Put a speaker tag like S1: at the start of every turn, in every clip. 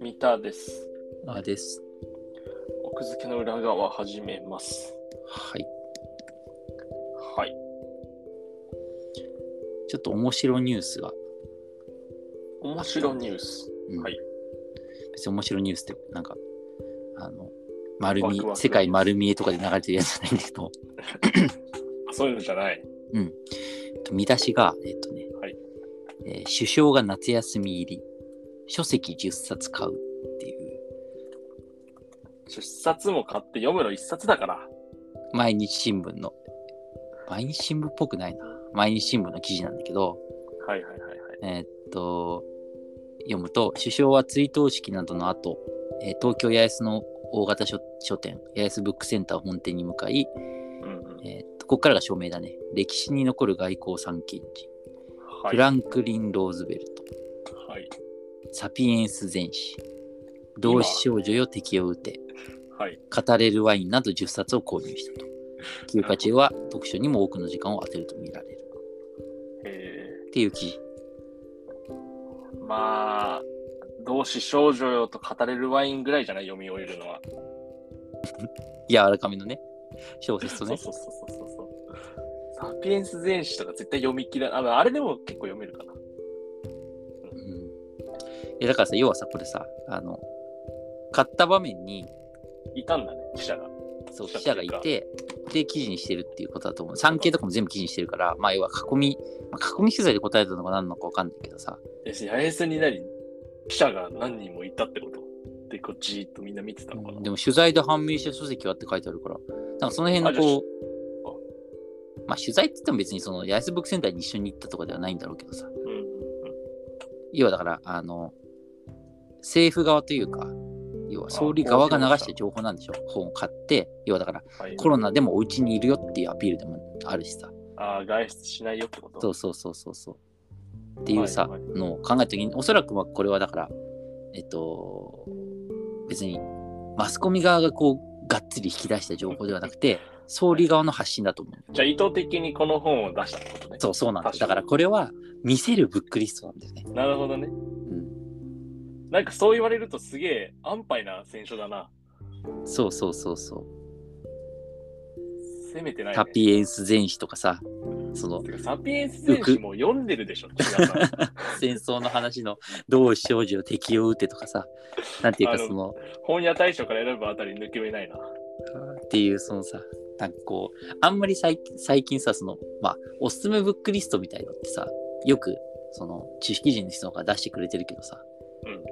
S1: 三田です。
S2: あです。
S1: 奥付けの裏側始めます。
S2: はい。
S1: はい。
S2: ちょっと面白ニュースが、
S1: 面白ニュース。
S2: うん
S1: はい。
S2: 別に面白ニュースって、なんか、あの、丸見
S1: ワクワク
S2: 世界丸見えとかで流れてるやつじゃないんだけど、
S1: あそういうのじゃない。
S2: えっと見出しが、えっとね、
S1: はい
S2: えー首相が夏休み入り、書籍10冊買うっていう、
S1: 10冊も買って読むの1冊だから。
S2: 毎日新聞の、毎日新聞っぽくないな。毎日新聞の記事なんだけど、
S1: はいはいはいはい。
S2: えーっと、読むと、首相は追悼式などの後、えー東京八重洲の大型書書店、八重洲ブックセンター本店に向かい、
S1: うんうん。
S2: えーっと、ここからが署名だね。歴史に残る外交三賢人、
S1: はい。
S2: フランクリン・ローズベルト、
S1: はい。
S2: サピエンス全史、同志少女よ敵を撃て、
S1: はい。
S2: 語れるワインなど10冊を購入したと。休暇中は読書にも多くの時間を当てると見られる。
S1: え
S2: っていう記事。
S1: ー、まあ、同志少女よと語れるワインぐらいじゃない読み終えるのは。
S2: 柔らかめのね、小説
S1: そ
S2: と
S1: うそ
S2: ね
S1: う。そうそうそうそう。サピエンス全史とか絶対読み切らあのあれでも結構読めるかな。
S2: うんいやだからさ、要はさ、これさ、あの、買った場面に、
S1: いたんだね、記者が。
S2: そう、
S1: 記
S2: 記
S1: 者
S2: 者
S1: って
S2: が
S1: い
S2: いう
S1: か
S2: て、で、記事にしてるっていうことだと思う。産経とかも全部記事にしてるから、まあ、要は囲み、まあ、囲み取材で答えたのか何なのかわかんないけどさ、
S1: え、八重洲になり、記者が何人もいたってことで、こう、じーっとみんな見てたのかな。
S2: でも取材で判明した書籍はって書いてあるから、なんかその辺のこう、まあ、取材って言っても別にその、八重洲ブックセンターに一緒に行ったとかではないんだろうけどさ、
S1: うんうんうん
S2: 要はだから、あの、政府側というか、要は総理側が流した情報なんでしょ本を買って、要はだから、
S1: はい、
S2: コロナでもお家にいるよっていうアピールでもあるしさ。
S1: あー外出しないよってこと
S2: そうそうそうそうそう。っていうさ、
S1: はいはい
S2: のを考えたときに、おそらくまあこれはだから、えっと、別にマスコミ側がこう、がっつり引き出した情報ではなくて、総理側の発信だと思う。
S1: じゃあ意図的にこの本を出したってことね。
S2: そうそうなんだ。
S1: 確か
S2: だ
S1: に
S2: からこれは見せるブックリストなんだよね。
S1: なるほどね。
S2: うん。
S1: なんかそう言われるとすげえ安牌な選手だな。
S2: そうそうそうそう。
S1: 攻めてない、ね。
S2: タピエンス全史とかさ、その
S1: てかサピエンス選手も読んでるで しょ。木村さん
S2: 戦争の話の同志少女を敵を撃てとかさ、なんていう
S1: あ
S2: か
S1: の
S2: その、
S1: 本屋大賞から選ぶあたり抜け目ないな。
S2: っていうそのさなんかこうあんまり最近最近さそのまあおすすめブックリストみたいのってさよくその知識人の人が出してくれてるけどさ、
S1: うん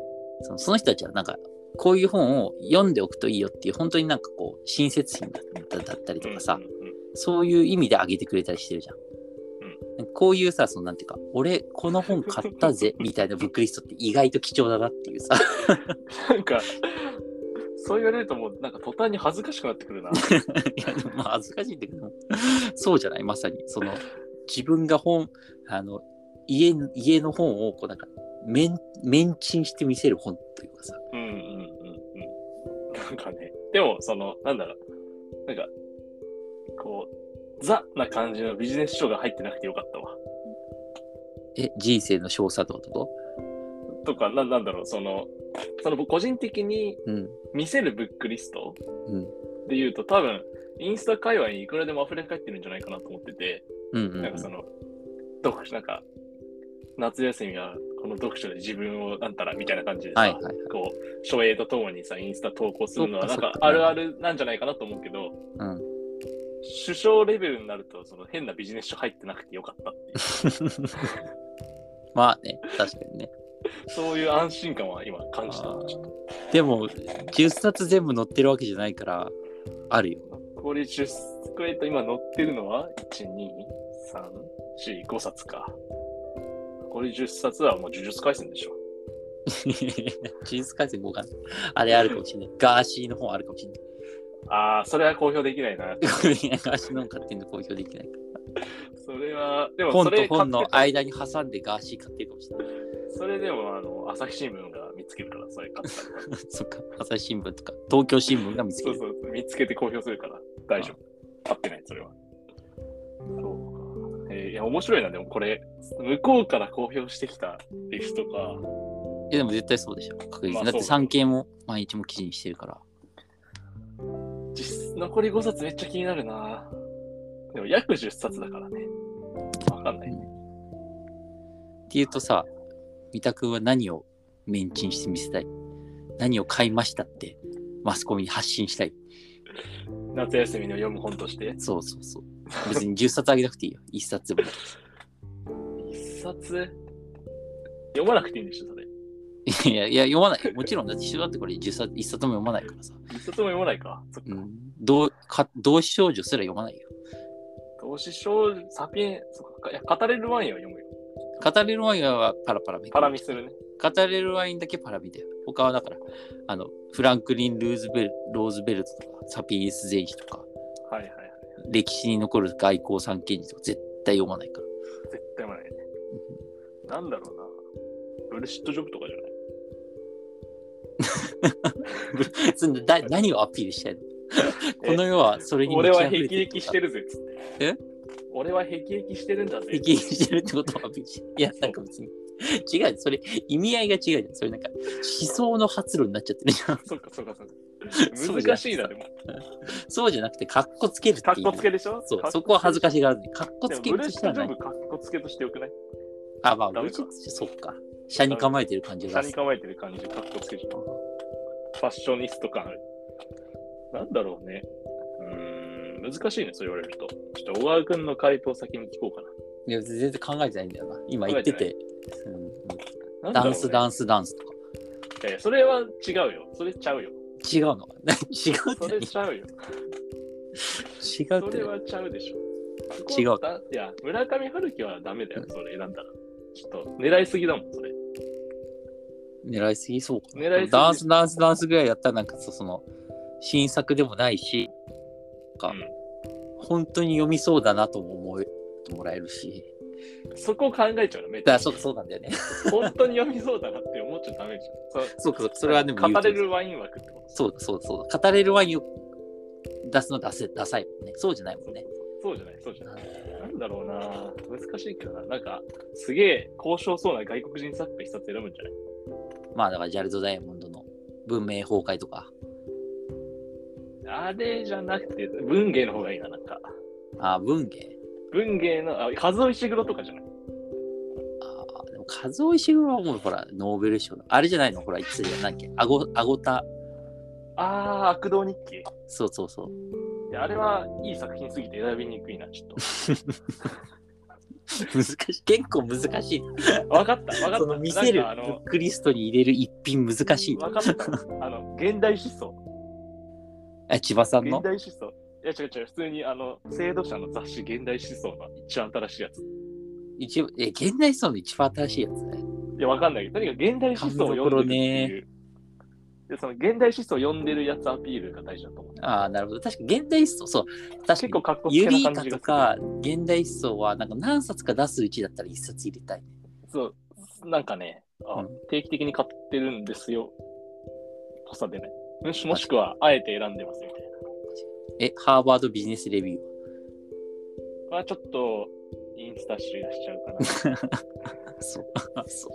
S2: そのその人たちはなんかこういう本を読んでおくといいよっていう本当になんかこう親切品だだだったり とかさ、
S1: うんうんうん
S2: そういう意味であげてくれたりしてるじゃん。こういうさ、そのなんていうか、俺、この本買ったぜ、みたいなブックリストって意外と貴重だなっていうさ。
S1: なんか、そう言われるともうなんか途端に恥ずかしくなってくるな。
S2: いやでもまあ恥ずかしいんだけどそうじゃないまさにその自分が本あの家家の本をこうなんかメンメンチンして見せる本というかさ
S1: うんうんうんうん。なんかね、でも、その、なんだろう、なんか、こう、ザな感じのビジネス書が入ってなくてよかったわ。
S2: え人生の小作とかってこと
S1: とか、ななんだろう、その、その僕個人的に
S2: うん
S1: 見せるブックリスト
S2: うん
S1: で言うと、多分、インスタ界隈にいくらでも溢れ返ってるんじゃないかなと思ってて、
S2: うんうん
S1: なんかその、読書、なんか、夏休みはこの読書で自分をなんたらみたいな感じでさ、
S2: はいはいはい
S1: こう、書影とともにさ、インスタ投稿するのは、
S2: そ
S1: な
S2: っ
S1: ん
S2: か
S1: か
S2: そっか
S1: あるあるなんじゃないかなと思うけど、
S2: うん
S1: 首相レベルになると、その変なビジネス書入ってなくてよかったっていう、
S2: まあね確かにね
S1: そういう安心感は今感じた。
S2: あー
S1: ちょっ
S2: でも10冊全部載ってるわけじゃないからあるよ
S1: とこれ10、これと今載ってるのは、1、2、3、4、5冊か。これ10冊はもう呪術回戦でしょ。
S2: 人生改善5巻あれあるかもしれないガーシーの本あるかもしれない
S1: ああ、それは公表できないな。
S2: ガーシーの本買ってんの公表できない
S1: それは、でも
S2: 本
S1: そ
S2: と
S1: れ
S2: 本の
S1: 買って
S2: 間に挟んでガーシー買ってるかもしれない。
S1: たそれでも、あの、朝日新聞が見つけるから、それ買ったら
S2: そっか、朝日新聞とか、東京新聞が見つけ
S1: そう
S2: る。
S1: そう、見つけて公表するから、大丈夫。買ってない、それは。や、面白いな、でもこれ、向こうから公表してきたリストか。
S2: いやでも絶対そうでしょ。確実に。
S1: まあ
S2: だっ
S1: そう
S2: て
S1: だ
S2: 産経も毎日も記事にしてるから。
S1: 実残り5冊めっちゃ気になるな。でも約10冊だからね。わかんない。
S2: っていうとさ、三田君は何をメンチンして見せたい何を買いましたってマスコミに発信したい
S1: 夏休みの読む本として。
S2: そうそうそう。別に10冊あげなくていいよ。1冊でもいい。
S1: 1冊読まなくていいんでしょ、それ。
S2: いやいや、読まない。もちろん、だって一緒だってこれ10冊、1冊も読まないからさ。
S1: 一冊も読まないか。そっか
S2: うん。同か同志少女すら読まないよ。
S1: 投資少女、サピエン、そっか、いや、語れるワインは読むよ。
S2: 語れるワインはパラパラめ
S1: パラミするね。
S2: 語れるワインだけパラミだよ。他はだから、あの、フランクリン・ルーズベルローズベルトとか、サピエンス・ゼイヒとか、
S1: はいはいはい。
S2: 歴史に残る外交三権事とか絶対読まないから。
S1: 絶対読まないね。なんだろうな。ブルシットジョブとかじゃない
S2: 別にだ何をアピールしたいのこの世はそれに
S1: 俺は
S2: 満
S1: 辟
S2: ち溢れ
S1: 易してるぜっつって。
S2: え
S1: 俺は辟易してるんだぜ。
S2: 生き生きしてるってことは別にいや、なんか別に。違うよ、それ、意味合いが違うじゃん。それなんか、思想の発露になっちゃってるじゃん。
S1: そっかそっかそ
S2: そ
S1: っか。
S2: うじゃん
S1: 難しいな、でも。
S2: そうじゃなくて、かっこつけるって
S1: かっ
S2: いう。
S1: こつけでしょ
S2: そう、そこは恥ず
S1: か
S2: かしがらずに。かっこつ
S1: で
S2: け
S1: も
S2: る
S1: ブル
S2: と
S1: シ
S2: し
S1: ッ
S2: た
S1: ト
S2: ら
S1: ジョ
S2: ない
S1: ブ。かっこつけとしてよくない
S2: あ、まあ、
S1: ダメ
S2: 無
S1: か
S2: 実、そっか。車に構えてる感じ
S1: 下
S2: が
S1: に構えてる感じ、かっこつけちゃう。ファッショニスト感ある。なんだろうね。うーん、難しいね、そう言われると。ちょっと小川君の回答先に聞こうか
S2: いや、全然考えてないんだよな。今言ってて。うん
S1: な。
S2: ダンス、ダ
S1: ン
S2: ンス、ダンスとか。
S1: ス。いやいや、それは違うよ。それちゃうよ。
S2: 違うの 違うって
S1: そ
S2: 何
S1: れちゃうよ。
S2: 違う
S1: そ
S2: って
S1: れ
S2: 何
S1: はちゃうでしょ。
S2: 違う
S1: だいや、村上春樹はダメだよ、それ選んだら。ちょっと狙いすぎだもん、それ。
S2: 狙いすぎそうかな。
S1: 狙いすぎ
S2: ダンス、ダンス、ダンスぐらいやったら、なんかそうその、新作でもないし、か
S1: うん
S2: 本当に読みそうだなとも思えてもらえるし。
S1: そこを考えちゃうの、めっちゃ
S2: だ。そうそう なんだよね。
S1: 本当に読みそうだなって思っちゃダメじゃん。そう
S2: そうかそうか、それはでも
S1: 語れ
S2: 言う
S1: るワイン枠ってこと
S2: と。そうだ、そうだ、そうだ。語れるワインを出すのは出せ、ダサいもんね。そうじゃないもんね。
S1: そうじゃない、そうじゃない。なんだろうな難しいけどな。なんか、すげえ高尚そうな外国人作家一冊選ぶんじゃない
S2: まあ、だから、ジャルド・ダイヤモンドの文明崩壊とか、
S1: あれじゃなくて、文芸の方がいいな、なんか。
S2: あー文芸。
S1: 文芸の、あ、カズオイシグロとかじゃない
S2: あーでも、カズオイシグロはもう、ほら、ノーベル賞の。あれじゃないのほら、言ってたじゃん。なんだっけあご、あごた。
S1: あー、悪道日記。い
S2: そうそうそう。
S1: や、あれはいい作品すぎて選びにくいな、ちょっ
S2: 難しい。結構難しい。
S1: と。わかった、わかった。
S2: その見せる
S1: なんかあ
S2: ブッ
S1: の、
S2: クリストに入れる一品難しいな。
S1: わかった。あの、現代思想。
S2: え千葉さん
S1: 現
S2: の
S1: 代思想。いや、違う違う、普通に、あの、制度者の雑誌、現代思想の一番新しいやつ。
S2: 一応え現代思想の一番新しいやつね。
S1: いや、わかんないけど、とにかく現代思想を読んでるっていう。で、その現代思想を読んでるやつアピールが大事だと思う。
S2: ああ、なるほど。確か現代思想、そう。確
S1: 結
S2: か
S1: 構かっこつ
S2: に。ユ
S1: け
S2: リ
S1: な感
S2: イカ
S1: じ
S2: と
S1: が
S2: か現代思想はなんか何冊か出すうちだったら一冊入れたい。
S1: する。そう、なんかね、あ
S2: うん
S1: 定期的に買ってるんですよ。濃さでね。もしもしくは、あえて選んでますみたい
S2: え、ハーバードビジネスレビュー。
S1: な。まあ、ちょっと、インスタ集出しちゃうかな。
S2: そう。 そう。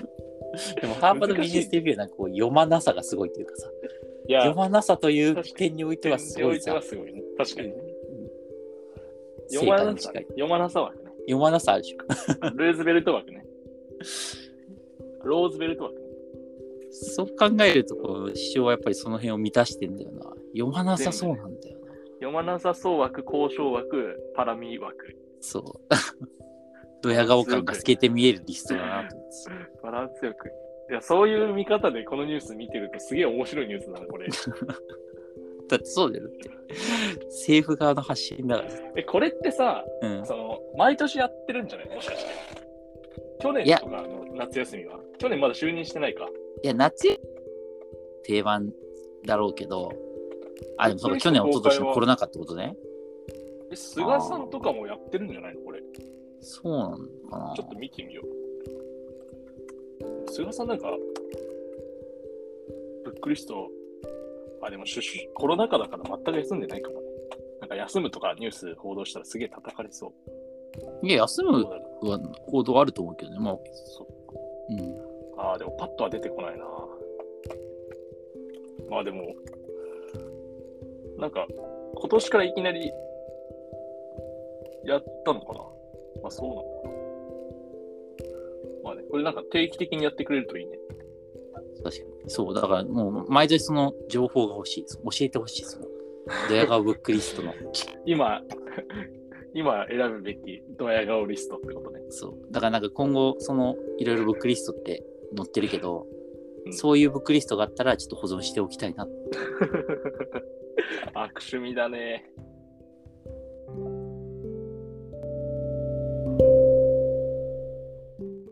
S2: でもハーバードビジネスレビューはなんかこう読まなさがすごいというかさ、
S1: いや、
S2: 読まなさという
S1: 確かに
S2: 点においてはすごい
S1: 点においては
S2: さ、
S1: すごいね。確かに。
S2: 成
S1: 読ま
S2: 果
S1: な
S2: に
S1: さ、
S2: 近い。
S1: 読まなさ枠ね。
S2: 読まなさあるでしょ。
S1: ルーズベルト枠ね。ローズベルト枠ね。
S2: そう考えるとこう、師匠はやっぱりその辺を満たしてんだよな。読まなさそうなんだよな。
S1: 読まなさそう枠、交渉枠、パラミ枠。
S2: そう。 ドヤ顔感が透けて見えるリストだなと思ってさ
S1: バランスよく。いや、そういう見方でこのニュース見てるとすげえ面白いニュースだな、 これ。
S2: だってそうだよ。だって政府側の発信だからさ。
S1: え、これってさ、
S2: うん。
S1: その、毎年やってるんじゃないもしかして。去
S2: いや
S1: 年とかの夏休みは。去年まだ就任してないか。
S2: いや、夏休み定番だろうけど、あ、でもそうか、去年、一昨年のコロナ禍ってことね。
S1: え、菅さんとかもやってるんじゃないのこれ。ち
S2: そうなのかな
S1: ょっと見てみよう。菅さんなんか、ブックリスト、あ、でも出資、コロナ禍だから全く休んでないかもね。なんか休むとかニュース報道したらすげえ叩かれそう。
S2: いや、休む
S1: どうだろう
S2: は行動あると思うけどね。まあ、
S1: そ
S2: うん。
S1: ああ、でもパッとは出てこないな。まあでも、なんか、今年からいきなりやったのかな。まあそうなのかな。まあね、これなんか定期的にやってくれるといいね。
S2: 確かに。そう、だからもう、毎年その情報が欲しい。その教えてほし い。その、ドヤ顔ブックリストの。
S1: 今、 今選ぶべきドヤ顔リストってことね。
S2: そう。だからなんか今後、その、いろいろブックリストって載ってるけど、
S1: うん
S2: そういうブックリストがあったら、ちょっと保存しておきたいな。
S1: 悪趣味だね。